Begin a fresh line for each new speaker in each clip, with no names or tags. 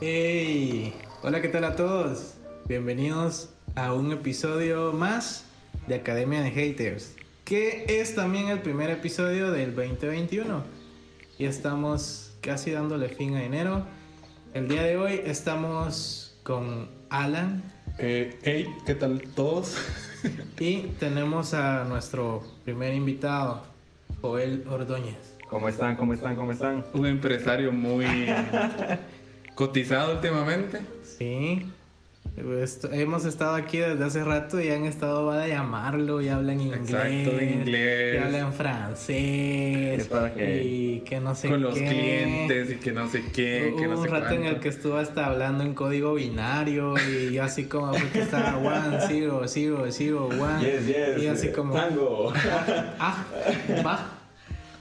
Hey, hola, ¿qué tal a todos? Bienvenidos a un episodio más de Academia de Haters, que es también el primer episodio del 2021. Y estamos casi dándole fin a enero. El día de hoy estamos con Alan
Eh, hey, ¿qué tal todos?
y tenemos a nuestro primer invitado, Joel Ordóñez.
¿Cómo están? ¿Cómo están? ¿Cómo están?
Un empresario muy cotizado últimamente.
Sí. Esto- hemos estado aquí desde hace rato y han estado va a llamarlo y hablan inglés.
Exacto, en inglés.
Y hablan francés.
Es para que-
Y que no sé
con los
qué.
clientes y que no sé qué,
Hubo
que no
un
sé
rato en el
cuánto.
que estuvo hasta hablando en código binario y yo así como porque estaba one, zero, zero, zero, one.
Yes, yes.
y así como,
Tango.
ah, va.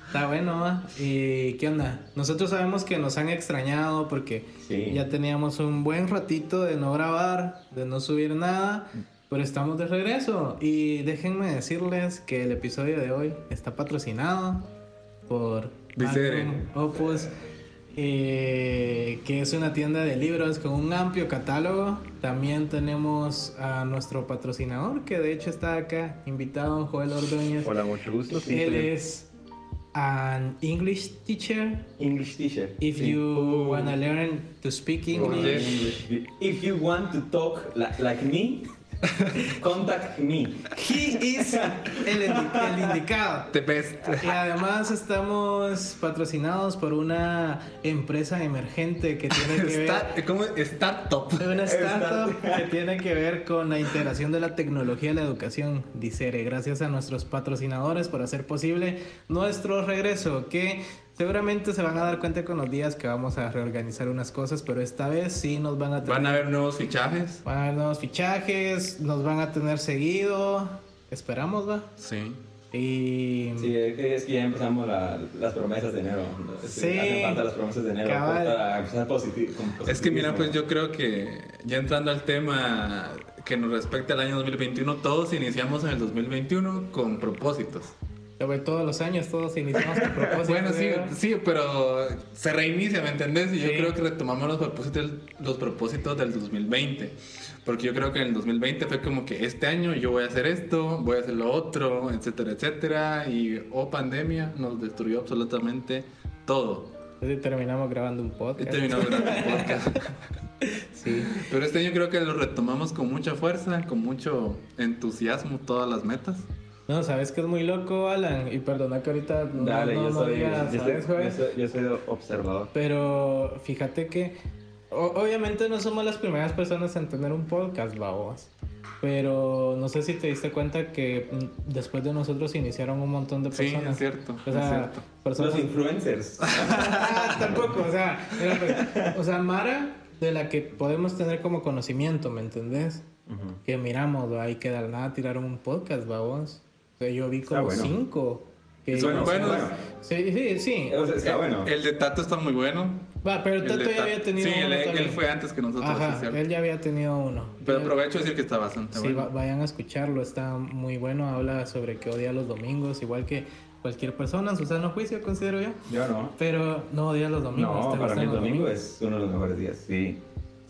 Está bueno, va. ¿Y qué onda? Nosotros sabemos que nos han extrañado porque
Sí.
ya teníamos un buen ratito de no grabar, de no subir nada, pero estamos de regreso. Y déjenme decirles que el episodio de hoy está patrocinado por
Vicere.
Magnum Opus, eh, que es una tienda de libros con un amplio catálogo. También tenemos a nuestro patrocinador, que de hecho está acá, invitado Joel Ordóñez.
Hola, mucho gusto. Sí,
Él
soy
es an English teacher.
English teacher.
If
Sí. Oh.
you wanna learn to speak English,
If you want to talk li- like me, contact me.
he is el, indi- el indicado.
The best.
Y además estamos patrocinados por una empresa emergente que tiene que ver
Start, eh, ¿Cómo? Startup.
una startup
Startup.
que tiene que ver con la integración de la tecnología y la educación, Dicere. Gracias a nuestros patrocinadores por hacer posible nuestro regreso, que seguramente se van a dar cuenta con los días que vamos a reorganizar unas cosas, pero esta vez sí nos van a tener
Van a haber nuevos fichajes.
van a haber nuevos fichajes, nos van a tener seguido. Esperamos, va.
Sí.
Y
Sí, es que ya empezamos la- las promesas de enero. ¿no? Es que
Sí.
Hacen falta las promesas de enero
Cabal.
pues, para empezar positivo.
Es que mira, pues yo creo que ya entrando al tema que nos respecta al año 2021, todos iniciamos en el 2021 con propósitos.
sobre todos los años todos iniciamos con propósito.
Bueno, sí, sí, pero se reinicia, ¿me entendés? Y yo
Sí.
creo que retomamos los propósitos, los propósitos del 2020. Porque yo creo que en el 2020 fue como que este año yo voy a hacer esto, voy a hacer lo otro, etcétera, etcétera. Y oh, pandemia, nos destruyó absolutamente todo.
Entonces terminamos grabando un
Y
podcast.
terminamos grabando el podcast.
Sí.
Pero este año creo que lo retomamos con mucha fuerza, con mucho entusiasmo, todas las metas.
No, sabes que es muy loco, Alan. Y perdona que ahorita no-
Dale,
no,
yo,
no
soy,
diga,
yo,
este,
¿sabes,
soy,
Joel?
yo, soy, yo soy observador.
Pero fíjate que o- obviamente no somos las primeras personas en tener un podcast, babos. Pero no sé si te diste cuenta que mm, después de nosotros iniciaron un montón de
Sí,
personas.
es cierto.
O
es
sea,
cierto.
personas
Los influencers.
Ah, tampoco, o sea, mira, pues, o sea, Mara de la que podemos tener como conocimiento, ¿me entendés?
Ujú.
Que miramos, va, y que de la nada tiraron un podcast, babos. O sea, yo vi
Está
como
bueno.
cinco. que-
Son buenos.
Sí, sí, sí.
O sea, Está bueno.
El de Tato está muy bueno.
Va, pero
El
Tato
de
ya
Tato.
había tenido
Sí, él,
uno
él
también.
fue antes que nosotros, sí,
Ajá,
cierto.
él ya había tenido uno.
Pero
Yo-
aprovecho de decir que está bastante
Sí,
bueno.
va- vayan a escucharlo, está muy bueno. Habla sobre que odia los domingos, igual que cualquier persona, en su sano juicio, considero yo.
Yo no.
Pero no odia los domingos.
No,
¿te
para
gustan
mí el
los
domingo
domingos?
es uno de los mejores días, sí.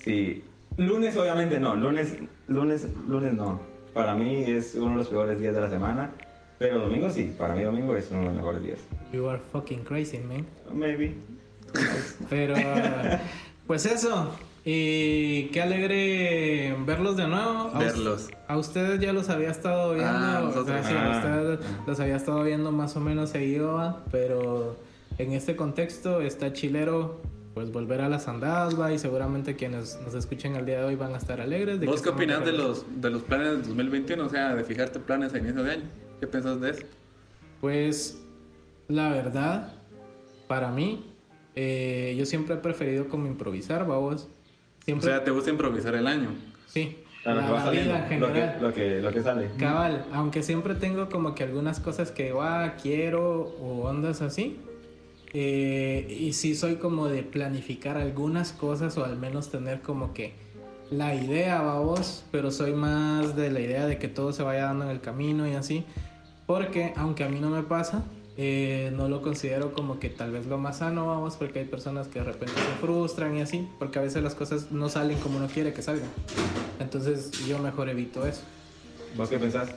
Sí. Lunes obviamente no, lunes, lunes, lunes no. Para mí es uno de los peores días de la semana, pero domingo sí, para mí domingo es uno de los mejores días.
You are fucking crazy, man.
Maybe.
Pero, pues eso. Y qué alegre verlos de nuevo. A us-
Verlos.
A ustedes ya los había estado viendo.
Ah,
o sea,
nosotros.
sí, a
Ah.
ustedes los había estado viendo más o menos seguido, va, pero en este contexto está chilero. Pues volver a las andadas, va, y seguramente quienes nos escuchen al día de hoy van a estar alegres. de que
¿Vos qué
estamos
opinás de
regresando.
los, de los planes del 2021? O sea, de fijarte planes a inicio de año. ¿Qué pensás de eso?
Pues la verdad, para mí, eh, yo siempre he preferido como improvisar, babos.
O
Siempre,
sea, ¿te gusta improvisar el año?
sí,
A lo
la,
que va
la vida en
saliendo, lo
general.
que, lo que, lo que sale.
Cabal, aunque siempre tengo como que algunas cosas que, va, quiero o ondas así. eh, y sí soy como de planificar algunas cosas o al menos tener como que la idea, babos, pero soy más de la idea de que todo se vaya dando en el camino y así. Porque aunque a mí no me pasa, eh, no lo considero como que tal vez lo más sano, vamos, porque hay personas que de repente se frustran y así, porque a veces las cosas no salen como uno quiere que salgan. Entonces yo mejor evito eso.
¿Vos qué pensás?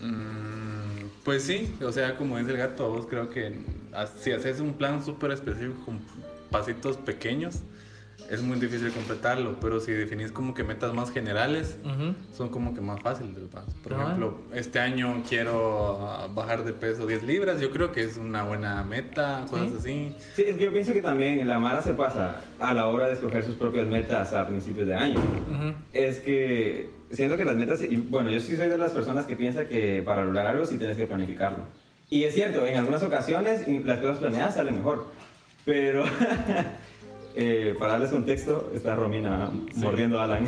Mm, Pues sí, o sea, como dice el gato, vos creo que as- si haces un plan súper específico con pasitos pequeños, es muy difícil completarlo, pero si definís como que metas más generales,
Ujú.
son como que más fáciles. ¿verdad? Por
Ah.
ejemplo, este año quiero ah, bajar de peso 10 libras, yo creo que es una buena meta, cosas así.
Sí, es que yo pienso que también la mala se pasa a la hora de escoger sus propias metas a principios de año.
Ujú.
Es que siento que las metas, y bueno, yo sí soy de las personas que piensa que para lograr algo sí tienes que planificarlo. Y es cierto, en algunas ocasiones y las cosas planeadas salen mejor. Pero eh, para darles contexto, está Romina mordiendo a Alan.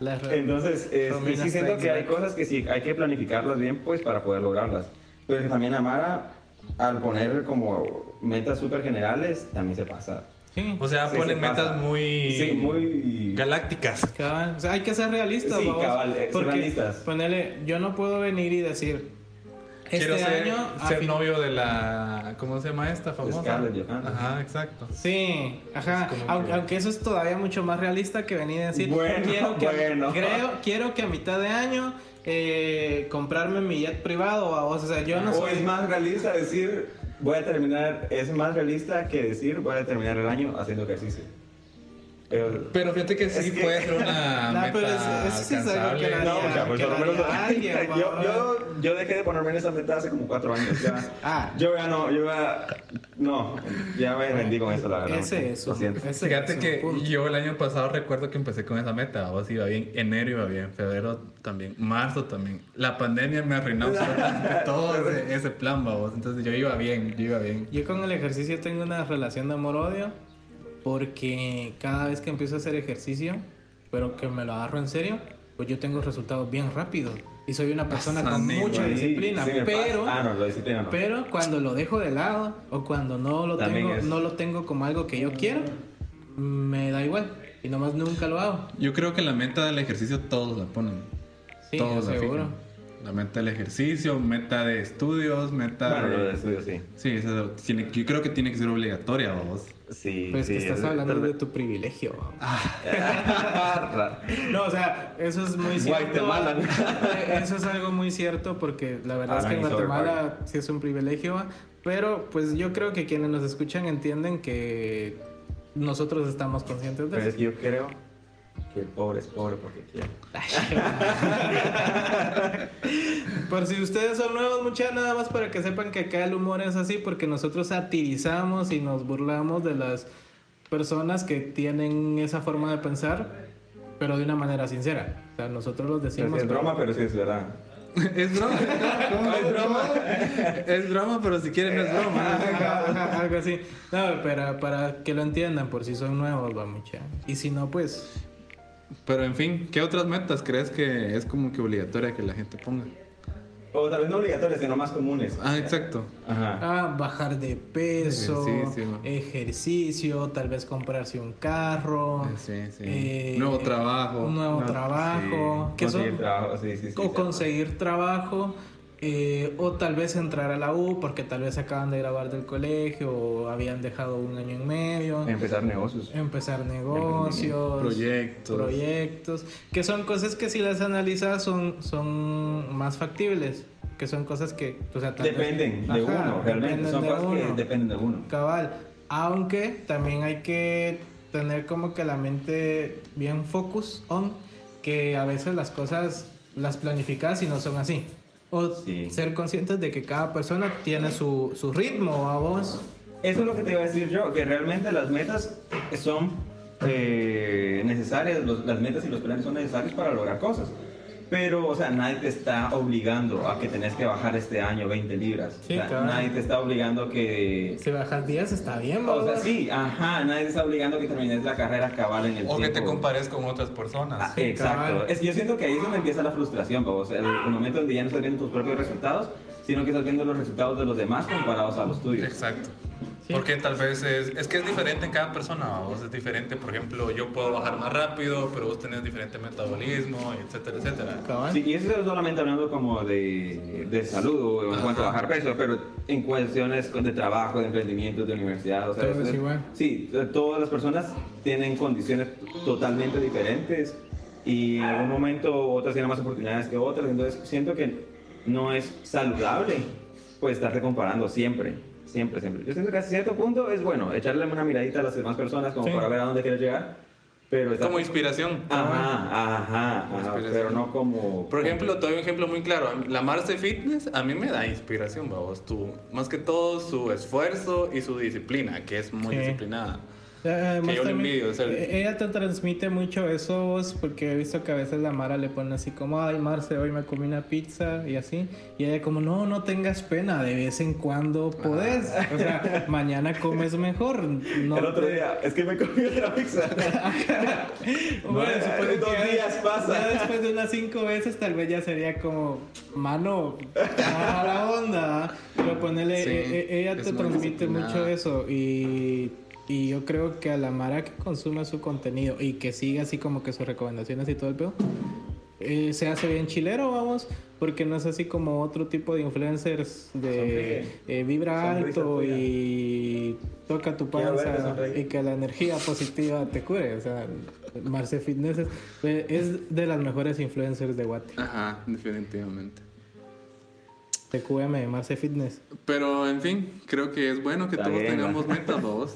La re-
Entonces, es,
Romina
sí siento
Stein,
que hay
¿no?
cosas que sí hay que planificarlas bien pues para poder lograrlas. Pero que también Amara, al poner como metas súper generales, también se pasa.
Sí. pues,
O sea,
Sí,
ponen
se
metas
pasa.
muy,
Sí, muy...
galácticas.
Cabal, o sea, hay que ser realistas,
Sí,
babos,
cabal, eh,
porque
realistas.
ponele, yo no puedo venir y decir
Quiero
este
ser,
año a
ser
fin-
novio de la. ¿Cómo se llama esta famosa?
Scarlett Johansson.
Ajá, exacto.
Sí, ajá,
Es como
aunque,
que-
aunque eso es todavía mucho más realista que venir a decir,
Bueno,
quiero, que
bueno.
creo- quiero que a mitad de año eh, comprarme mi jet privado, babos, o sea, yo no
o
soy...
es más realista decir, voy a terminar, es más realista que decir, voy a terminar el año haciendo ejercicio. Pero-
Pero fíjate que sí
Es que-
puede ser una.
No,
meta
pero es- eso sí es algo que
alcanzable.
la-
no, o sea, pues, por lo menos-
Alguien,
yo,
va.
yo, yo dejé de ponerme en esa meta hace como cuatro años. Ya.
Ah.
Yo ya no, yo ya. No, ya me rendí con eso, la verdad.
Ese es
Lo
un-
siento.
ese es
Fíjate
un
que
punto.
yo el año pasado recuerdo que empecé con esa meta. O si iba bien, enero iba bien, febrero también, marzo también. La pandemia me arruinó absolutamente todo ese, ese plan, babos. Entonces yo iba bien, yo iba bien.
Yo con el ejercicio tengo una relación de amor-odio porque cada vez que empiezo a hacer ejercicio, pero que me lo agarro en serio, pues yo tengo resultados bien rápidos. Y soy una persona con
Pasame,
mucha
güey.
Sí,
disciplina,
sí me pasa.
pero,
Ah, no, lo disciplina no.
pero cuando lo dejo de lado o cuando no lo,
También
tengo,
es.
no lo tengo como algo que yo quiero, me da igual. Y nomás nunca lo hago.
Yo creo que la meta del ejercicio todos la ponen.
Sí,
todos la
seguro.
fijan. La meta del ejercicio, meta de estudios, meta
Bueno,
de.
lo de estudio sí.
Sí, eso tiene- yo creo que tiene que ser obligatoria, vos.
Sí,
Pero es Pues
sí,
que estás
es-
hablando
tal-
de tu privilegio. vamos.
Barra.
No, o sea, eso es muy cierto.
Guatemala.
Eh, Eso es algo muy cierto porque la verdad es que en
Alan is
Guatemala sí es un privilegio, ¿va? pero pues yo creo que quienes nos escuchan entienden que nosotros estamos conscientes
Pero
de
es
eso.
que yo creo que el pobre es pobre porque quiere.
Por si ustedes son nuevos, muchachos, nada más para que sepan que acá el humor es así porque nosotros satirizamos y nos burlamos de las personas que tienen esa forma de pensar, pero de una manera sincera. O sea, nosotros los
Pero sí
decimos.
es broma, pero sí es verdad.
Es broma. ¿Cómo es broma? Es broma, pero si quieren no es broma.
Ajá, ajá, Algo así. No, pero para que lo entiendan, por si son nuevos, va mucha. Y si no, pues.
Pero en fin, ¿qué otras metas crees que es como que obligatoria que la gente ponga?
O tal vez no obligatorias, sino más comunes.
Ah, exacto.
Ajá.
Ah, bajar de peso,
Ejercicio.
ejercicio, tal vez comprarse un carro.
Sí, sí.
eh,
nuevo trabajo. Ah,
Un nuevo
No,
trabajo. que
Conseguir
son-
trabajo, sí, sí, sí.
o conseguir trabajo. eh, o tal vez entrar a la U porque tal vez acaban de grabar del colegio o habían dejado un año y medio.
Empezar negocios.
Empezar negocios,
Proyectos.
proyectos, que son cosas que si las analizas son, son más factibles, que son cosas que, o sea, tal vez-
Dependen de
Ajá,
uno, realmente.
dependen
Son
de
cosas que
uno.
dependen de uno.
Cabal, aunque también hay que tener como que la mente bien focus on que a veces las cosas las planificas y no son así. O
Sí.
ser conscientes de que cada persona tiene su, su ritmo a vos.
Eso es lo que te iba a decir yo, que realmente las metas son eh, necesarias, los- las metas y los planes son necesarios para lograr cosas. Pero, o sea, nadie te está obligando a que tenés que bajar este año 20 libras.
Sí,
O sea,
claro.
nadie te está obligando que...
Si bajas 10 está bien,
O sea,
babos.
sí, ajá, nadie te está obligando que termines la carrera cabal en el
O que te
tiempo.
compares con otras
Ah,
personas.
Sí,
exacto.
cabal.
Es que yo siento que ahí es donde empieza la frustración, o sea, el, el momento donde ya no estás viendo tus propios resultados, sino que estás viendo los resultados de los demás comparados a los tuyos.
Exacto.
Sí.
Porque tal vez es, es que es diferente en cada persona, ¿va? vos es diferente, por ejemplo, yo puedo bajar más rápido, pero vos tenés diferente metabolismo, etcétera, etcétera.
Cabal.
Sí, y eso es solamente hablando como de, de salud o en cuanto a bajar peso, pero en cuestiones de trabajo, de emprendimiento, de universidad, o sea,
Todo es igual.
Sí, todas las personas tienen condiciones totalmente diferentes y en algún momento otras tienen más oportunidades que otras, entonces siento que no es saludable pues estarte comparando siempre, siempre, siempre. Yo siento que a cierto punto es bueno echarle una miradita a las demás personas como
Sí.
para ver a dónde quieres llegar, pero
Es
estar-
como inspiración.
Ajá, ajá,
Como
ajá,
inspiración.
pero no como...
Por ejemplo, te doy un ejemplo muy claro. La Marce Fitness a mí me da inspiración, vamos. Tú, más que todo su esfuerzo y su disciplina, que es muy
Sí.
disciplinada.
Además,
Que yo le
también,
envidio, o sea, el-
eh, ella te transmite mucho eso vos, porque he visto que a veces la Mara le pone así como, ay Marce, hoy me comí una pizza y así. Y ella como, no, no tengas pena, de vez en cuando podés.
Ah.
O sea, mañana comes mejor. No
el otro
te-
día, es que me comí otra pizza.
Bueno,
No,
supongo
en dos
que ya-
días pasa.
Ya después de unas cinco veces tal vez ya sería como, mano, a la onda. Pero ponele,
Sí,
eh, eh, ella
es
te
muy
transmite
disciplinada.
mucho eso y, y yo creo que a la Mara que consuma su contenido y que siga así como que sus recomendaciones y todo el pedo. eh, se hace bien chilero, vamos, porque no es así como otro tipo de influencers de
Sonríe.
eh, vibra
Sonrisa
alto
tuya.
y toca tu
Quiero verte
panza
sonreír.
y que la energía positiva te cure. O sea, Marce Fitness es, es de las mejores influencers de Guate.
Ajá, definitivamente.
TQM, Marce Fitness.
Pero en fin, creo que es bueno que
Está
todos
bien,
tengamos
va.
metas, vamos.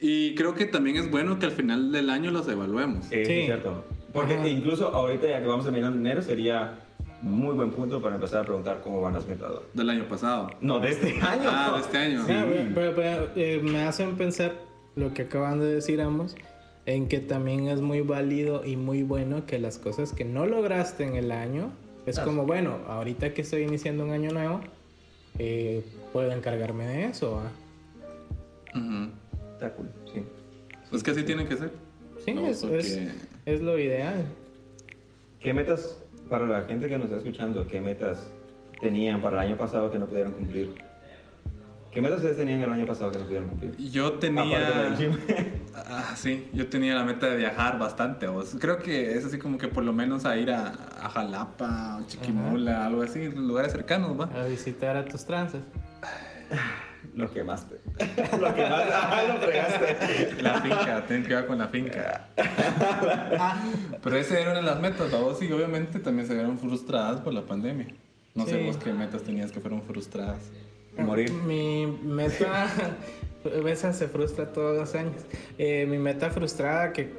Y creo que también es bueno que al final del año las evaluemos.
Sí,
Sí.
es cierto. Porque
Ajá.
incluso ahorita ya que vamos terminando enero sería muy buen punto para empezar a preguntar cómo van las metas.
Del año pasado.
No, de este año.
Ah, de este año.
Sí.
Ah, pero, pero, eh, me hacen pensar lo que acaban de decir ambos, en que también es muy válido y muy bueno que las cosas que no lograste en el año, es
Ah,
como, bueno, ahorita que estoy iniciando un año nuevo, eh, puedo encargarme de eso. ¿va?
Ujú.
Está cool, sí.
Es que así tiene que ser.
Sí,
No,
es,
porque-
es- es lo ideal.
¿Qué metas para la gente que nos está escuchando? ¿Qué metas tenían para el año pasado que no pudieron cumplir? ¿Qué metas ustedes tenían el año pasado que no pudieron cumplir?
Yo
Aparte
tenía...
del gym.
Ah, sí, yo tenía la meta de viajar bastante. vos. Creo que es así como que por lo menos a ir a, a Jalapa, o Chiquimula, algo así, lugares cercanos, ¿va?
A visitar a tus trances.
Lo quemaste. lo quemaste. Ah, lo fregaste.
La finca, ten cuidado con la finca. Ah, Pero esas eran las metas, ¿va? vos y obviamente también se vieron frustradas por la pandemia. No sé
Sí.
vos qué metas tenías que fueron frustradas.
Morir.
Mi meta, esa se frustra todos los años. Eh, mi meta frustrada que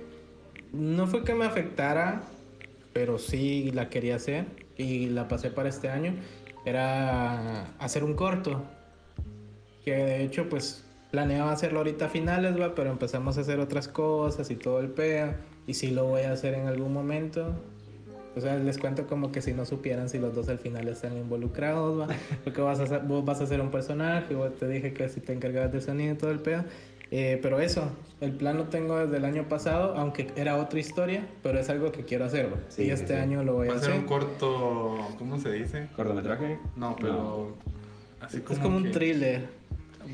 no fue que me afectara, pero sí la quería hacer y la pasé para este año, era hacer un corto. Que de hecho pues planeaba hacerlo ahorita a finales, va, pero empezamos a hacer otras cosas y todo el pea. Y sí lo voy a hacer en algún momento. O sea, les cuento como que si no supieran si los dos al final están involucrados, va. Porque vas a, ser- vos vas a ser un personaje, vos te dije que si te encargabas del sonido y todo el pedo. Eh, pero eso, el plan lo tengo desde el año pasado, aunque era otra historia, pero es algo que quiero hacer, va.
Sí,
y
sí,
este
sí.
año lo voy a
Va a
hacer.
ser un corto, ¿cómo se dice?
¿Cortometraje?
No, pero... Así
es como un
que-
thriller.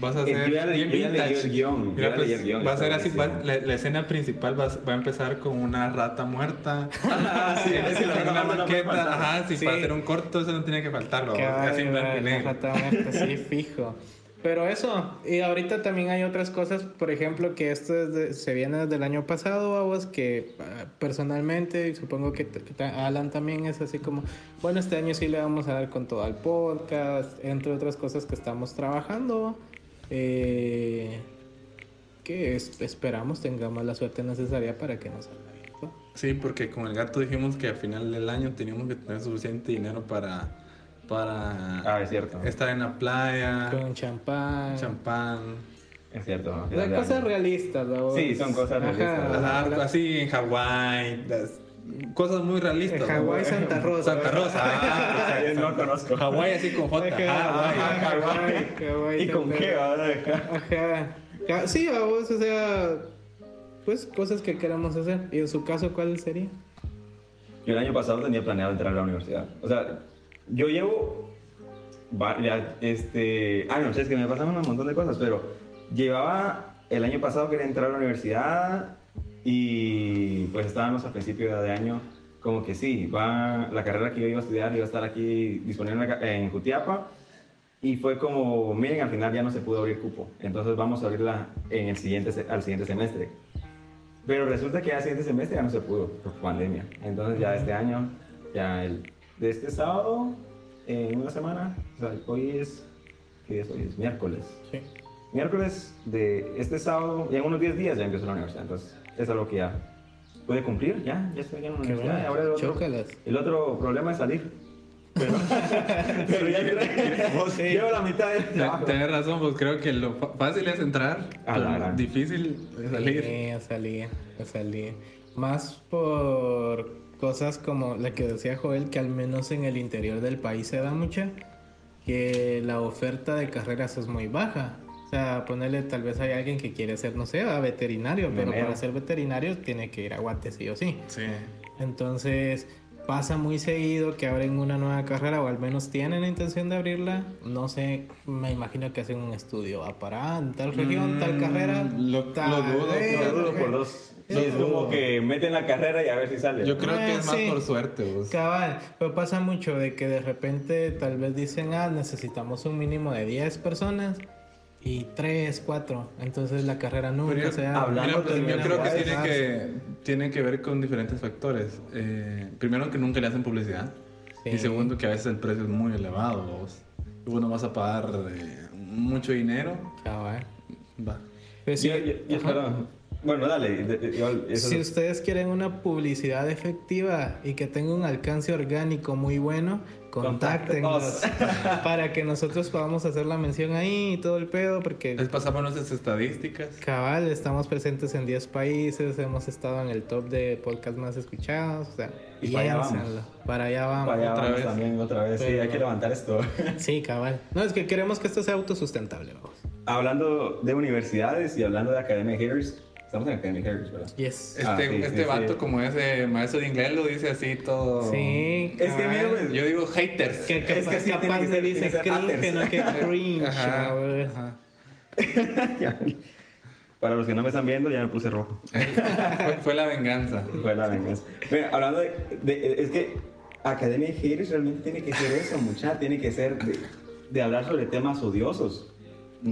Vas a
Eh,
hacer
yo ya le-
bien
yo ya leí
vintage.
el
Mira,
guión, yo ya
pues,
leí el guión,
va a
está
ser así, va-
buenísimo.
la, la escena principal va, a- va a empezar con una rata muerta.
Ah, sí, es que la
Con
rata
una
muerta no puede
maqueta,
faltar.
ajá, sí,
Sí.
para hacer un corto eso no tiene que faltarlo.
Que va a
así en blanco y
haber
negro.
rata muerta, sí, fijo. Pero eso, y ahorita también hay otras cosas, por ejemplo, que esto es de- se viene desde el año pasado, a vos, que ah, personalmente, y supongo que t- t- Alan también es así como, bueno, este año sí le vamos a dar con todo al podcast, entre otras cosas que estamos trabajando, eh, que es- esperamos tengamos la suerte necesaria para que nos salga bien, ¿no?
Sí, porque con el gato dijimos que al final del año teníamos que tener suficiente dinero para, para
Ah, es cierto. Es,
estar en la playa,
Con champán.
Ah. champán,
cierto.
O sea, cosas realistas, ¿no?
Sí, son cosas realistas,
Ajá,
ajá,
la- la-
así en Hawái, las- cosas muy realistas.
En
¿no?
Hawái, Santa Rosa.
Santa Rosa. ah,
Ah, yo no conozco.
Hawái así con J. ah,
Ajá,
Hawái.
ajá, Hawái, Hawái,
¿Y con
Santa
qué?
Rosa.
Ahora deja.
Ajá. Ca- Sí, a vos, o sea, pues cosas que queramos hacer. ¿Y en su caso cuál sería?
Yo el año pasado tenía planeado entrar a la universidad. O sea, yo llevo. va- ya, Este. Ah, no, es que me pasaron un montón de cosas, pero llevaba el año pasado quería entrar a la universidad y pues estábamos a principio de año como que sí, va, la carrera que yo iba a estudiar iba a estar aquí disponible en la ca- en Jutiapa y fue como, miren, al final ya no se pudo abrir cupo, entonces vamos a abrirla en el siguiente, se- al siguiente semestre. Pero resulta que al siguiente semestre ya no se pudo por pandemia, entonces ya este año, ya el, de este sábado, en una semana, o sea, hoy es, ¿qué día es hoy? Es miércoles
Sí.
miércoles de este sábado, y en unos 10 días ya empiezo la universidad, entonces es algo que ya puede cumplir, ya, ya estoy en la
Qué
universidad.
bueno.
Ahora el otro,
Chócalas.
el otro problema es salir. Pero, pero ya entré.
Sí.
llevo la mitad del trabajo.
Te- Tenés razón, pues creo que lo fa- fácil es entrar,
A la
lo
gran.
difícil es salir.
Sí, a salir, a salir. Más por cosas como la que decía Joel, que al menos en el interior del país se da mucha, que la oferta de carreras es muy baja. O sea, ponerle, tal vez hay alguien que quiere ser, no sé, a veterinario, pero
Memero.
para ser veterinario tiene que ir a Guate, sí o sí.
Sí.
Entonces pasa muy seguido que abren una nueva carrera o al menos tienen la intención de abrirla. No sé, me imagino que hacen un estudio. ¿va? Para ah, en tal región, tal
Mm,
carrera.
lo-
tal
lo dudo,
vez,
Lo dudo
porque-
por dos.
Sí,
Sí, es
lo
como
dudo.
que meten la carrera y a ver si sale.
Yo creo que
Eh,
es más
sí.
por suerte, pues.
Cabal, pero pasa mucho de que de repente tal vez dicen, ah, necesitamos un mínimo de 10 personas y 3, 4. Entonces la carrera nunca
Pero
se
yo-
da.
hablando
Mira, pues,
también
yo creo que
de
tiene, que tiene que ver con diferentes factores. Eh, primero, que nunca le hacen publicidad.
Sí.
Y segundo, que a veces el precio es muy elevado. vos. Y bueno, vas a pagar eh, mucho dinero.
Cabal.
Va.
Pero sí,
Yo- yo- yo-
ajá.
perdón. Bueno, dale. de- de- igual, eso
Si
es-
ustedes quieren una publicidad efectiva y que tenga un alcance orgánico muy bueno, contáctenos para que nosotros podamos hacer la mención ahí y todo el pedo,
Les
porque
pasamos esas estadísticas.
cabal, estamos presentes en 10 países, hemos estado en el top de podcast más escuchados, o sea,
Y para allá vamos.
piénsenlo, para allá vamos.
Para allá
Ah, otra
vamos
vez.
también, otra vez. Sí,
Pero-
hay que levantar esto.
Sí, cabal. No, es que queremos que esto sea autosustentable, vamos.
hablando de universidades y hablando de Academia Haters, estamos en Academia Haters, ¿verdad?
Yes.
Este,
Ah, sí,
este
sí,
vato,
sí.
como ese maestro de inglés, lo dice así todo.
Sí.
Es que, mira,
cabal.
pues,
Yo digo haters.
que capaz,
es que sí tiene
capaz
que
le
ser- tiene
dice
que ser
cringe,
haters.
no que cringe,
Ajá,
cabal.
ajá.
Para los que no me están viendo, ya me puse rojo.
Fue, fue la venganza.
Fue la venganza. Mira, hablando de, de- Es que Academia Haters realmente tiene que ser eso, mucha. Tiene que ser de, de hablar sobre temas odiosos.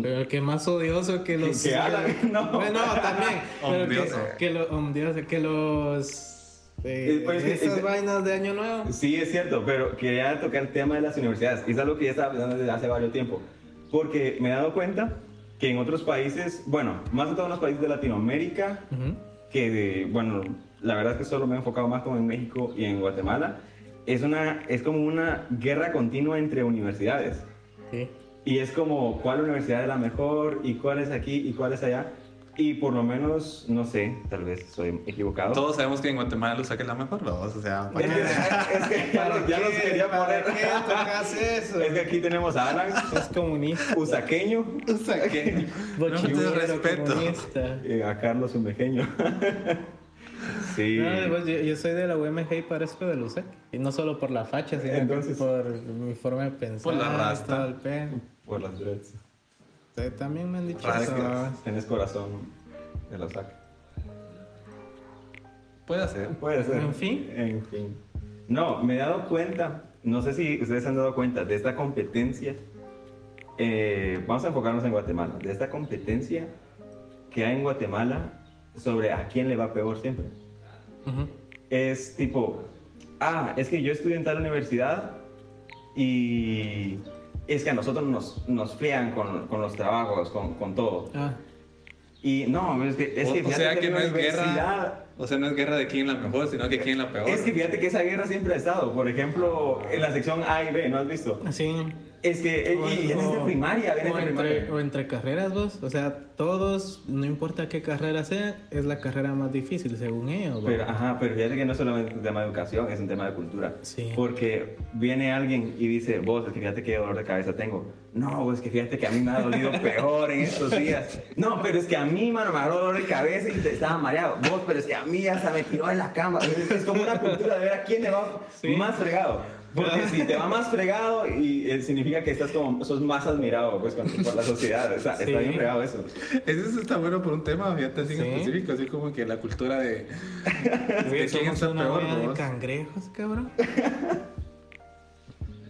Pero que más odioso que los.
Que hablan, no.
Bueno, también. pero que-
Omdioso.
Que, lo- omdioso, que los. eh,
Eh, pues, es que-
esas
es-
vainas de Año Nuevo.
Sí, es cierto, pero quería tocar el tema de las universidades. Y es algo que ya estaba pensando desde hace varios tiempo. Porque me he dado cuenta que en otros países, bueno, más en todos los países de Latinoamérica,
Ujú.
que de- bueno, la verdad es que solo me he enfocado más como en México y en Guatemala, es, una, es como una guerra continua entre universidades.
Sí.
Y es como cuál universidad es la mejor y cuál es aquí y cuál es allá. Y por lo menos, no sé, tal vez soy equivocado.
Todos sabemos que en Guatemala lo saca la mejor, ¿no? O sea,
Es que, es que ya, los, ya los
qué?
quería
¿Para
poner.
qué tocas eso?
Es que aquí tenemos a Alan,
Es comunista.
usaqueño,
o sea que. No te
bochinero,
respeto.
comunista.
y a Carlos Umejeño. sí.
No, pues, yo, yo soy de la UMG y parezco de Lusec. Y no solo por la facha, sino que
Entonces-
por mi forma de pensar.
Por la rasta.
todo el pedo.
Por las dreads.
Ustedes También me han dicho
Rasta.
eso. ¿verdad?
Tenés corazón de la saca.
Puede ser.
Puede ser.
En fin.
En fin. No, me he dado cuenta, no sé si ustedes se han dado cuenta de esta competencia. eh, vamos a enfocarnos en Guatemala, de esta competencia que hay en Guatemala sobre a quién le va peor siempre.
Ujú.
Es tipo, ah, es que yo estudié en tal universidad y es que a nosotros nos, nos flean con, con los trabajos, con, con todo.
Ah,
Y no, es que, es
O-
que
o,
fíjate
sea que
la
no es guerra.
universidad-
O sea, no es guerra de quién la mejor, sino que quién la peor.
Es que fíjate que esa guerra siempre ha estado. Por ejemplo, en la sección A y B, ¿no has visto?
sí.
Es que, eh, y viene desde primaria, viene
o
desde
entre,
primaria.
o entre carreras vos, o sea, todos, no importa qué carrera sea, es la carrera más difícil según ellos. vos.
Pero, ajá, pero fíjate que no es solamente un tema de educación, es un tema de cultura.
Sí.
Porque viene alguien y dice, vos, es que fíjate qué dolor de cabeza tengo. No, es que fíjate que a mí me ha dolido peor en estos días. No, pero es que a mí, mano, me ha dado dolor de cabeza y te estaba mareado. Vos, pero es que a mí hasta me tiró en la cama. Es, es como una cultura de ver a quién le va
Sí.
más fregado. Porque si te va más fregado, y eh, significa que estás como, sos más admirado pues, con- por la sociedad. Está,
Sí.
está bien fregado eso.
Ese está bueno por un tema, fíjate, así en
Sí.
específico, así como que la cultura de...
Güey,
¿De quién
somos
está
una
peor,
olla de
vos?
cangrejos, cabrón.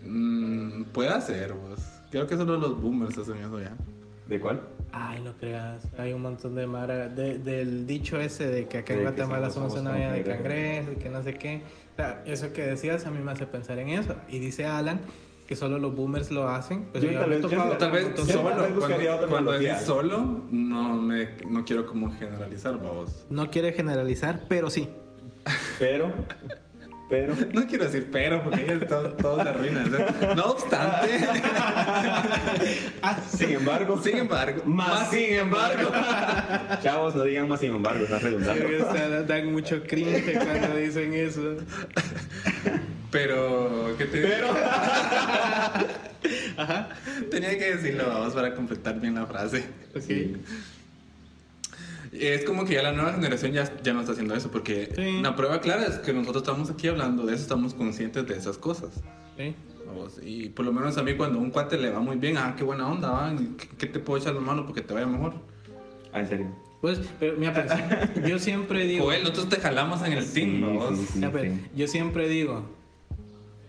mm, puede ser, vos. Creo que solo los boomers hacen eso ya.
¿De cuál?
Ay, no creas. Hay un montón de mara. de- del dicho ese de que acá en
De que
Guatemala
somos-
somos una
somos
olla de
cangrejos.
cangrejos y que no sé qué. O sea, eso que decías a mí me hace pensar en eso. Y dice Alan que solo los boomers lo hacen. Pues
Yo
ya
tal
me
vez-
tocaba
yo
O tal vez
un montón de-
yo
solo.
tal vez buscaría
cuando
otra
cuando
analogía.
decís solo, no, me, no quiero como generalizar, vos.
No quiere generalizar, pero sí.
Pero, pero.
No quiero decir pero, porque ya todo, todo se arruina. O sea, No obstante,
Sin embargo,
sin embargo,
Más sin
embargo.
chavos, no digan más sin embargo, está redundante.
O sea, dan mucho cringe cuando dicen eso.
Pero, ¿qué te Pero. Tenía que decirlo, vamos, para completar bien la frase.
Ok.
Es como que ya la nueva generación ya, ya no está haciendo eso, porque
Sí.
la prueba clara es que nosotros estamos aquí hablando de eso, estamos conscientes de esas cosas.
Sí.
Vamos, Y por lo menos a mí cuando a un cuate le va muy bien, ah, qué buena onda, va, ¿qué- ¿qué te puedo echar la mano porque te vaya mejor?
Ah, en serio.
Pues, pero mira, pues, yo siempre digo.
Joel, nosotros te jalamos en el team, vamos.
sí,
Ah, pero
sí.
Yo siempre digo,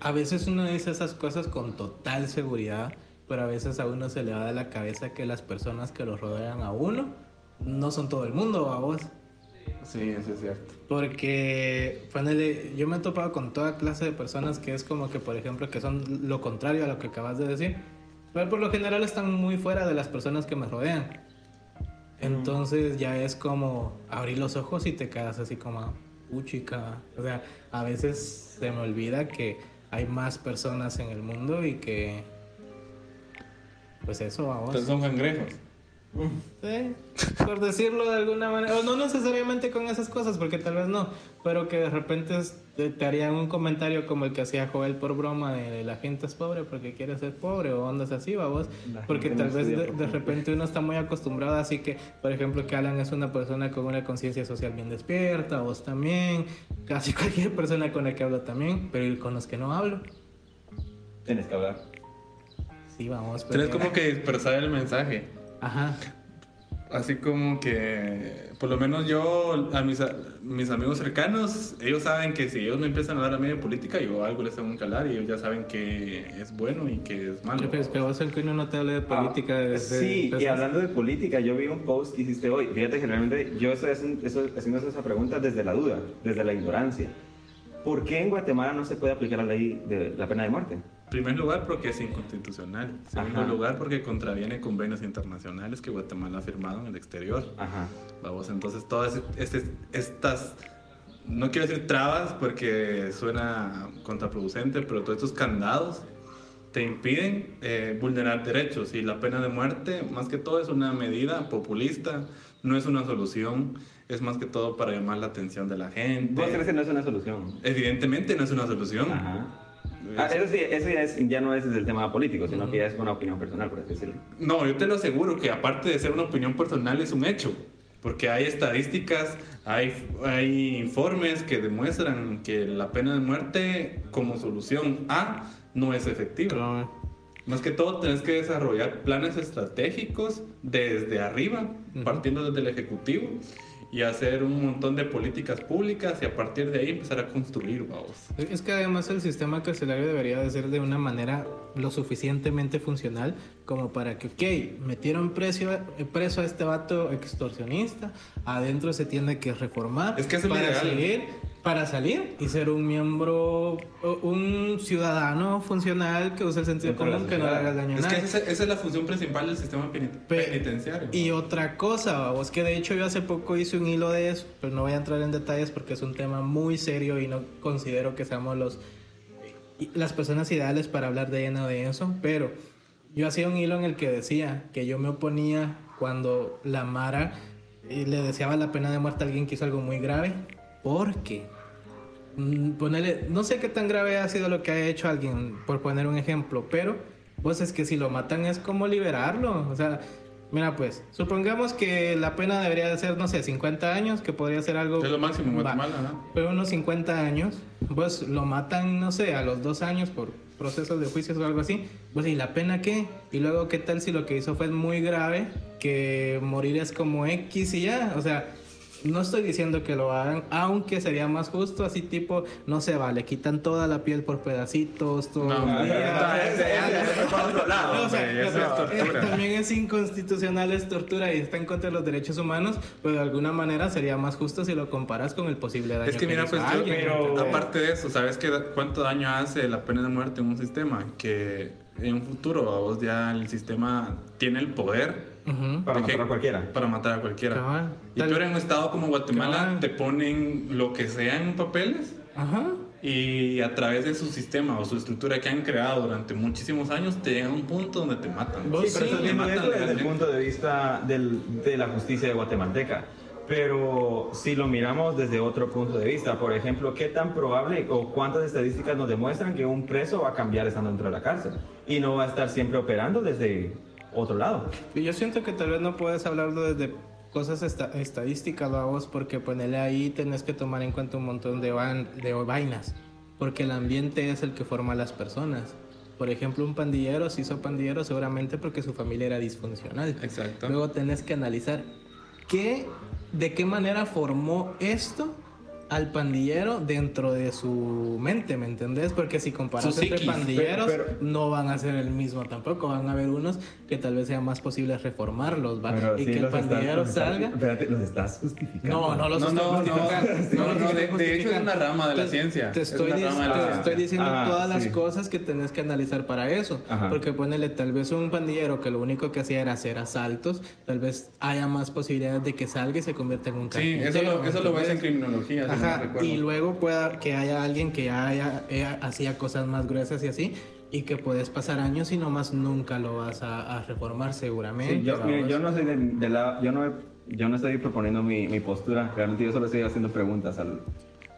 a veces uno dice esas cosas con total seguridad, pero a veces a uno se le va de la cabeza que las personas que lo rodean a uno no son todo el mundo, a vos.
Sí, eso es cierto.
Porque, ponele, yo me he topado con toda clase de personas que es como que, por ejemplo, que son lo contrario a lo que acabas de decir. Pero por lo general están muy fuera de las personas que me rodean. Entonces ya es como abrir los ojos y te quedas así como, uh, chica. O sea, a veces se me olvida que hay más personas en el mundo y que. Pues eso, vamos.
Entonces son cangrejos.
Sí, por decirlo de alguna manera. O no necesariamente con esas cosas, porque tal vez no. Pero que de repente es- te, te harían un comentario como el que hacía Joel por broma de la gente es pobre porque quiere ser pobre o ondas así, vos
La
Porque
gente
tal
no
vez
estudia
de,
por
de
cumplir.
repente uno está muy acostumbrado, así que, por ejemplo, que Alan es una persona con una conciencia social bien despierta, vos también, casi cualquier persona con la que hablo también, pero ¿y con los que no hablo.
Tienes que hablar.
Sí, vamos. pero-
Tienes como que dispersar el mensaje.
Ajá.
Así como que, por lo menos yo, a mis, a- mis amigos cercanos, ellos saben que si ellos me empiezan a hablar a mí de política, yo algo les tengo que hablar y ellos ya saben que es bueno y que es malo.
Pero es que vos, aunque uno no te hable de política
Ah,
desde-
Sí, y
desde-
hablando de política, yo vi un post que hiciste hoy. Fíjate que realmente yo estoy haciendo, estoy haciendo esa pregunta desde la duda, desde la ignorancia. ¿Por qué en Guatemala no se puede aplicar la ley de la pena de muerte?
En primer lugar, porque es inconstitucional. En segundo
Ajá.
lugar, porque contraviene convenios internacionales que Guatemala ha firmado en el exterior.
Ajá.
Vamos, entonces todas este- estas, no quiero decir trabas porque suena contraproducente, pero todos estos candados te impiden eh, vulnerar derechos y la pena de muerte, más que todo, es una medida populista, no es una solución, es más que todo para llamar la atención de la gente.
¿Vos crees que no es una solución?
Evidentemente no es una solución.
Ajá.
Es-
Ah, eso sí, eso ya, es- ya no es desde el tema político, sino que ya es una opinión personal, por así decirlo.
No, yo te lo aseguro que aparte de ser una opinión personal es un hecho, porque hay estadísticas, hay, hay informes que demuestran que la pena de muerte como solución A no es efectiva.
Pero-
Más que todo, tenés que desarrollar planes estratégicos desde arriba,
Ujú.
partiendo desde el Ejecutivo, y hacer un montón de políticas públicas y a partir de ahí empezar a construir, vamos.
Es que además el sistema carcelario debería de ser de una manera lo suficientemente funcional como para que, ok, metieron preso, preso a este vato extorsionista, adentro se tiene que reformar
Es que es lo
para
ideal.
salir, para salir y ser un miembro, o un ciudadano funcional que use el sentido
Dentro de la
común, que no le
sociedad.
haga daño a
Es que
nadie.
esa, esa es la función principal del sistema penit-
Pe-
penitenciario.
Y otra cosa, vos que de hecho yo hace poco hice un hilo de eso, pero no voy a entrar en detalles porque es un tema muy serio y no considero que seamos los y- las personas ideales para hablar de lleno de eso, pero yo hacía un hilo en el que decía que yo me oponía cuando la Mara eh, le deseaba la pena de muerte a alguien que hizo algo muy grave, porque mm, ponele, no sé qué tan grave ha sido lo que ha hecho alguien, por poner un ejemplo, pero vos es que si lo matan es como liberarlo, o sea, mira pues, supongamos que la pena debería de ser, no sé, 50 años, que podría ser algo...
es lo máximo en
Va.
Guatemala, ¿no?
Pero unos 50 años, Pues lo matan, no sé, a los dos años por procesos de juicios o algo así. Pues, ¿y la pena qué? Y luego, ¿qué tal si lo que hizo fue muy grave? Que morir es como X y ya. O sea, no estoy diciendo que lo hagan, aunque sería más justo, así tipo, no se vale, quitan toda la piel por pedacitos, todo.
No, Este, no,
el día.
no, no,
Ese Ah, ya le fue para otro lado,
No, o sea,
hombre, eso
pero,
es
eh,
tortura.
también es inconstitucional, es tortura y está en contra de los derechos humanos, pero de alguna manera sería más justo si lo comparas con el posible daño.
Es que mira,
le
pues
hizo a
yo-
alguien,
pero-
¿entendés?
aparte de eso, ¿sabes qué, cuánto daño hace la pena de muerte en un sistema? Que en un futuro a vos ya el sistema tiene el poder
Ujú.
Para
de que-
matar a cualquiera.
Para matar a cualquiera.
Cabal.
Y
Tal-
tú eres en un estado como Guatemala,
Cabal.
te ponen lo que sea en papeles
Ajá.
y a través de su sistema o su estructura que han creado durante muchísimos años, te llegan a un punto donde te matan.
Vos
Sí,
sí,
pero estás viendo
matan
esto desde el
legalmente.
punto de vista del- de la justicia guatemalteca. Pero si lo miramos desde otro punto de vista, por ejemplo, ¿qué tan probable o cuántas estadísticas nos demuestran que un preso va a cambiar estando dentro de la cárcel? Y no va a estar siempre operando desde otro lado.
Y yo siento que tal vez no puedes hablarlo desde cosas esta- estadísticas, ¿va vos, porque ponerle ahí tenés que tomar en cuenta un montón de, van- de vainas, porque el ambiente es el que forma a las personas. Por ejemplo, un pandillero se hizo pandillero seguramente porque su familia era disfuncional.
Exacto.
Luego tenés que analizar qué, de qué manera formó esto al pandillero dentro de su mente, ¿me entendés? Porque si comparas
Su
entre
psiquis.
pandilleros,
Pero- pero-
no van a ser el mismo tampoco. Van a haber unos que tal vez sea más posible reformarlos, ¿va?
Pero
y
sí
que el
los estás-
pandillero
los estás-
salga.
Espérate, los estás justificando.
No, no los
No,
estoy
no, no,
justificando.
no,
los
no,
estoy
de- de hecho es
justificando.
una rama de la
Te-
ciencia,
Te
es
estoy,
una
dic-
rama de la
te
ciencia.
estoy diciendo
Ah,
todas las
sí.
cosas que tenés que analizar para eso.
Ajá.
Porque ponele, tal vez un pandillero que lo único que hacía era hacer asaltos, tal vez haya más posibilidades de que salga y se convierta en un
Sí,
carpintero.
eso lo, eso lo ves en
¿entendés?
criminología. si no
Ajá,
recuerdo.
y luego pueda que haya alguien que ya haya, eh, hacía cosas más gruesas y así, y que puedes pasar años y nomás nunca lo vas a, a reformar seguramente.
Sí, yo,
vamos.
mire, yo no soy del del lado, yo no, yo no estoy proponiendo mi, mi postura, realmente yo solo estoy haciendo preguntas al,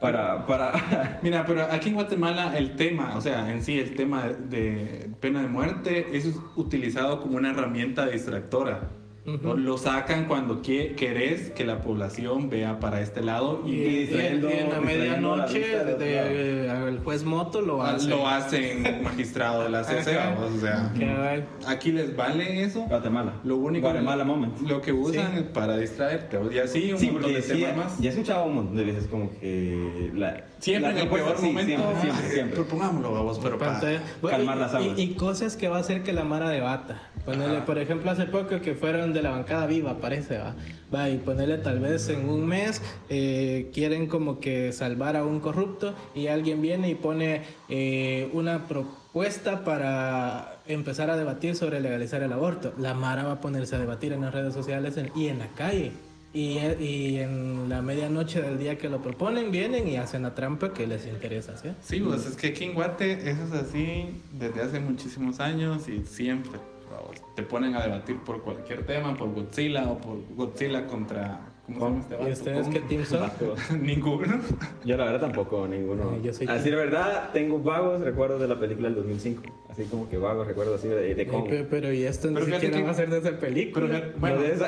para, para,
Mira, pero aquí en Guatemala el tema, o sea, en sí el tema de, de pena de muerte es utilizado como una herramienta distractora.
Ujú.
O Lo sacan cuando qui- querés que la población vea para este lado
Y,
y,
y- y en
distrayendo-
la
distrayendo
medianoche
la vista de otro
de- el juez Moto lo hace.
Ah, lo hacen magistrado de la CC,
Ajá.
vamos, o sea,
Cabal.
aquí les vale eso.
Guatemala.
Lo único
Guatemala moment.
lo que usan es para distraerte y así un
Sí,
montón
porque
de
decía,
temas más.
ya he escuchado un montón de veces como que la,
Siempre
la
en el
propuesta-
peor
sí,
momento.
siempre, siempre, siempre.
Propongámoslo, vamos, pero para.
Pantalla. Bueno,
calmar
y-
las aguas.
Y, y cosas que va a hacer que la Mara debata. Ponerle,
Ajá.
por ejemplo, hace poco que fueron de la bancada viva, parece, va. Va, y ponerle tal vez en un mes, eh, quieren como que salvar a un corrupto y alguien viene y pone eh, una propuesta para empezar a debatir sobre legalizar el aborto. La Mara va a ponerse a debatir en las redes sociales en- y en la calle. Y, eh, y en la medianoche del día que lo proponen, vienen y hacen la trampa que les interesa hacer.
Sí, pues es que aquí en Guate eso es así desde hace muchísimos años y siempre. vamos, Te ponen a debatir por cualquier tema, por Godzilla o por Godzilla contra. ¿Cómo se llama este
¿Y ustedes
vato? ¿Cómo?
qué team son?
Ninguno.
Yo la verdad tampoco, ninguno.
Eh, yo soy-
Así de verdad, tengo vagos recuerdos de la película del 2005. Así como que vagos recuerdos así de, de cómo.
Ay, pe- pero y esto ni
Pero fíjate
siquiera
que-
va a ser de esa película.
Pero, bueno,
Lo de esa-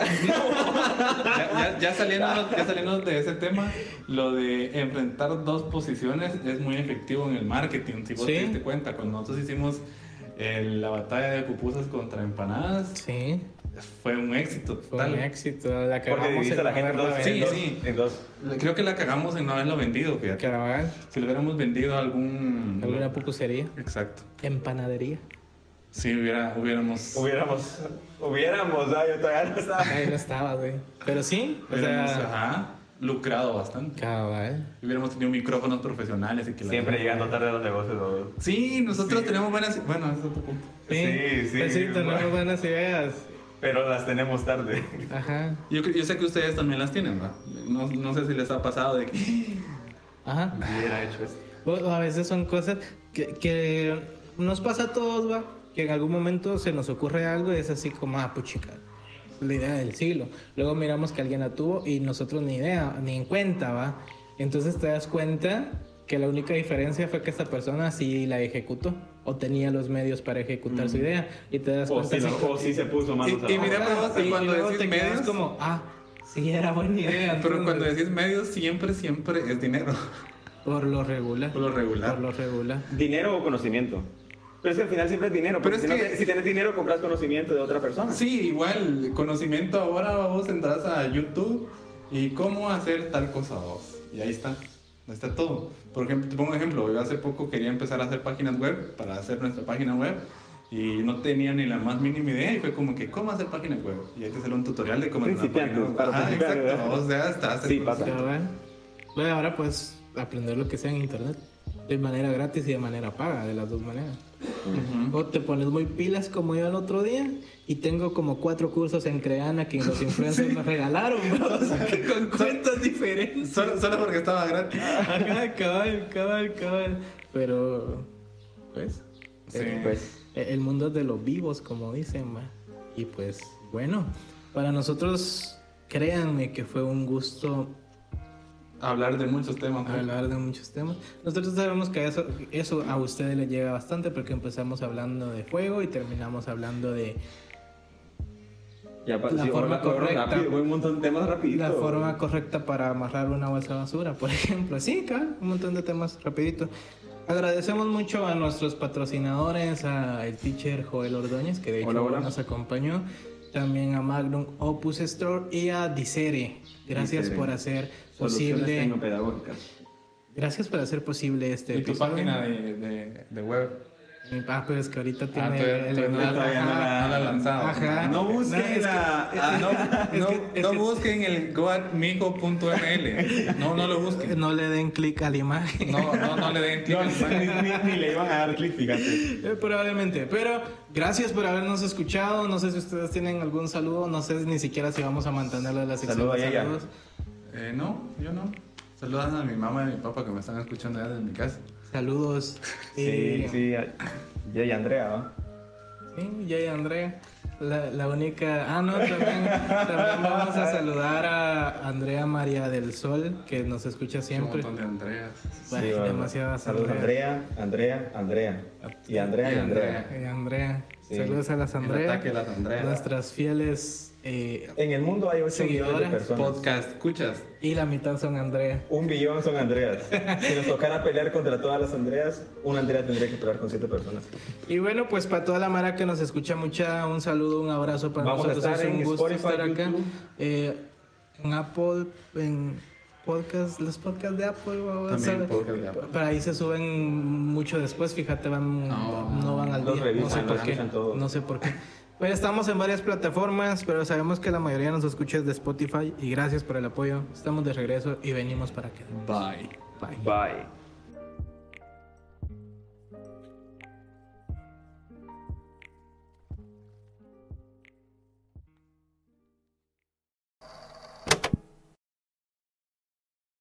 ya, ya- ya saliendo, ya saliendo de ese tema, lo de enfrentar dos posiciones es muy efectivo en el marketing. Si vos
Sí.
te diste cuenta, cuando nosotros hicimos eh, la batalla de pupusas contra empanadas,
sí,
fue un éxito
fue
total.
un éxito. La
Porque
cagamos
divisa
en
a la gente en dos,
haberla
Sí,
en
vendido.
dos,
sí.
en dos.
Creo que la cagamos en no haberlo vendido, fíjate.
Cabal,
Si lo hubiéramos vendido a algún...
alguna pupusería,
Exacto.
empanadería.
Si hubiera, hubiéramos...
Hubiéramos, hubiéramos, ah, yo todavía no estaba.
Ahí no estaba, güey. Pero sí, o
hubiéramos,
sea,
ajá, lucrado bastante.
cabal.
Hubiéramos tenido micrófonos profesionales y que la-
Siempre llegando tarde a los negocios. ¿no?
Sí, nosotros tenemos buenas... Bueno, ese es otro punto.
Sí, sí,
pues sí, tenemos
bueno.
buenas ideas.
Pero las tenemos tarde.
Ajá,
Yo, cre- yo sé que ustedes también las tienen, ¿verdad? No, no sé si les ha pasado de que...
ajá.
Hubiera hecho esto.
O- o A veces son cosas que, que nos pasa a todos, va. Que en algún momento se nos ocurre algo y es así como, ah, puchica, la idea del siglo. Luego miramos que alguien la tuvo y nosotros ni idea, ni en cuenta, va. Entonces te das cuenta que la única diferencia fue que esta persona sí la ejecutó o tenía los medios para ejecutar su idea. Y te das
Mm. O
cuenta
si,
así
no- o si se pues, puso manos
Y-
a la
y mira,
obra.
pero-
y
cuando
luego
decís
te quedas
medios-
como, ah, sí, era buena idea.
Pero
entonces".
cuando decís medios, siempre, siempre es dinero.
Por lo regular.
Por lo regular.
Por lo regular.
¿Dinero o conocimiento? Pero es que al final siempre es dinero.
Pero
Pero si,
es
no
que-
te- si tienes dinero, compras conocimiento de otra persona.
Sí, igual, conocimiento ahora vos entras a YouTube y cómo hacer tal cosa vos. Y ahí está, ahí está todo. Por ejemplo, te pongo un ejemplo, yo hace poco quería empezar a hacer páginas web para hacer nuestra página web y no tenía ni la más mínima idea y fue como que cómo hacer página web. Y hay que hacer un tutorial de cómo hacer una página
Principiantes,
web.
para
Ah,
principiantes,
exacto,
¿verdad?
o sea, hasta hacer
Sí,
cosas.
pasa.
Ya ven. Bueno, ahora puedes aprender lo que sea en internet. De manera gratis y de manera paga, de las dos maneras.
Ujú.
O te pones muy pilas como yo el otro día y tengo como cuatro cursos en Creana que los influencers me regalaron, bro. O sea, que con cuentas diferentes.
Solo, solo porque estaba gratis.
Ajá, cabal, cabal, cabal. Pero, pues,
Sí.
Pues,
e- el mundo es de los vivos, como dicen, ma. Y pues, bueno, para nosotros, créanme que fue un gusto
Hablar de muchos temas. ¿no?
hablar de muchos temas. Nosotros sabemos que eso, eso a ustedes les llega bastante porque empezamos hablando de juego y terminamos hablando de
ya pa-
La
sí,
forma
ahora- ahora
correcta.
rápido, voy un montón de temas rapidito.
la forma correcta para amarrar una bolsa de basura, por ejemplo. Sí, claro, un montón de temas rapidito. Agradecemos mucho a nuestros patrocinadores, a el teacher Joel Ordóñez, que de hecho
Hola, hola.
nos acompañó, también a Magnum Opus Store y a Dicere. Gracias
Dicere.
por hacer
Soluciones
posible,
tecnopedagógicas.
gracias por hacer posible este
Y tu
episodio.
página de, de, de web. Ah,
Mi papá, pero es que ahorita tiene
todavía-
el-
todavía no-
el-
Ah, todavía no
ajá.
Ah, la lanzado.
Ajá.
No busquen
No, es que-
la-
Ah, no, no,
Es que- es
no
que-
busquen el goatmigo.ml. No, no lo busquen.
No le den clic a la imagen.
No, no, no le den clic.
No, ni, ni- ni le iban a dar clic, fíjate.
Eh, probablemente, pero gracias por habernos escuchado. No sé si ustedes tienen algún saludo, no sé ni siquiera si vamos a mantenerlo en la sección
Saludo
de
a ella.
saludos.
Eh, no, yo no. Saludan a mi mamá y a mi papá que me están escuchando desde mi casa.
Saludos.
Sí,
Eh,
sí. a- Yo y Andrea, ¿no?
sí, yo y Andrea, la, la única. Ah, no, también, también vamos a saludar a Andrea María del Sol, que nos escucha
Un
siempre.
montón de Andreas.
Bueno,
Sí, bueno.
demasiadas
Saludos,
Andreas.
Andrea, Andrea, Andrea. Y Andrea y
Y
Andrea.
Eh, Andrea.
Sí.
Saludos a las
El
Andrea.
ataque de las Andreas.
Nuestras fieles. eh,
En el mundo hay 8 millones de
Seguidoras,
personas.
Podcast, escuchas.
y la mitad son Andrea.
Un billón son Andreas. Si nos tocara pelear contra todas las Andreas, una Andrea tendría que pelear con siete personas.
Y bueno, pues para toda la Mara que nos escucha mucha, un saludo, un abrazo para
Vamos a
nosotros.
estar
es un
en
gusto
Spotify,
estar acá.
YouTube.
Eh, en Apple, en podcast, los podcasts de Apple, o-
También
o sea,
podcast de Apple.
Para ahí se suben mucho después, fíjate, van,
No.
no, van al
Los
día.
revisan,
no sé
los
por qué.
revisan todos.
No sé por qué. Pues estamos en varias plataformas, pero sabemos que la mayoría nos escucha de Spotify y gracias por el apoyo. Estamos de regreso y venimos para quedar.
Bye.
Bye.
Bye.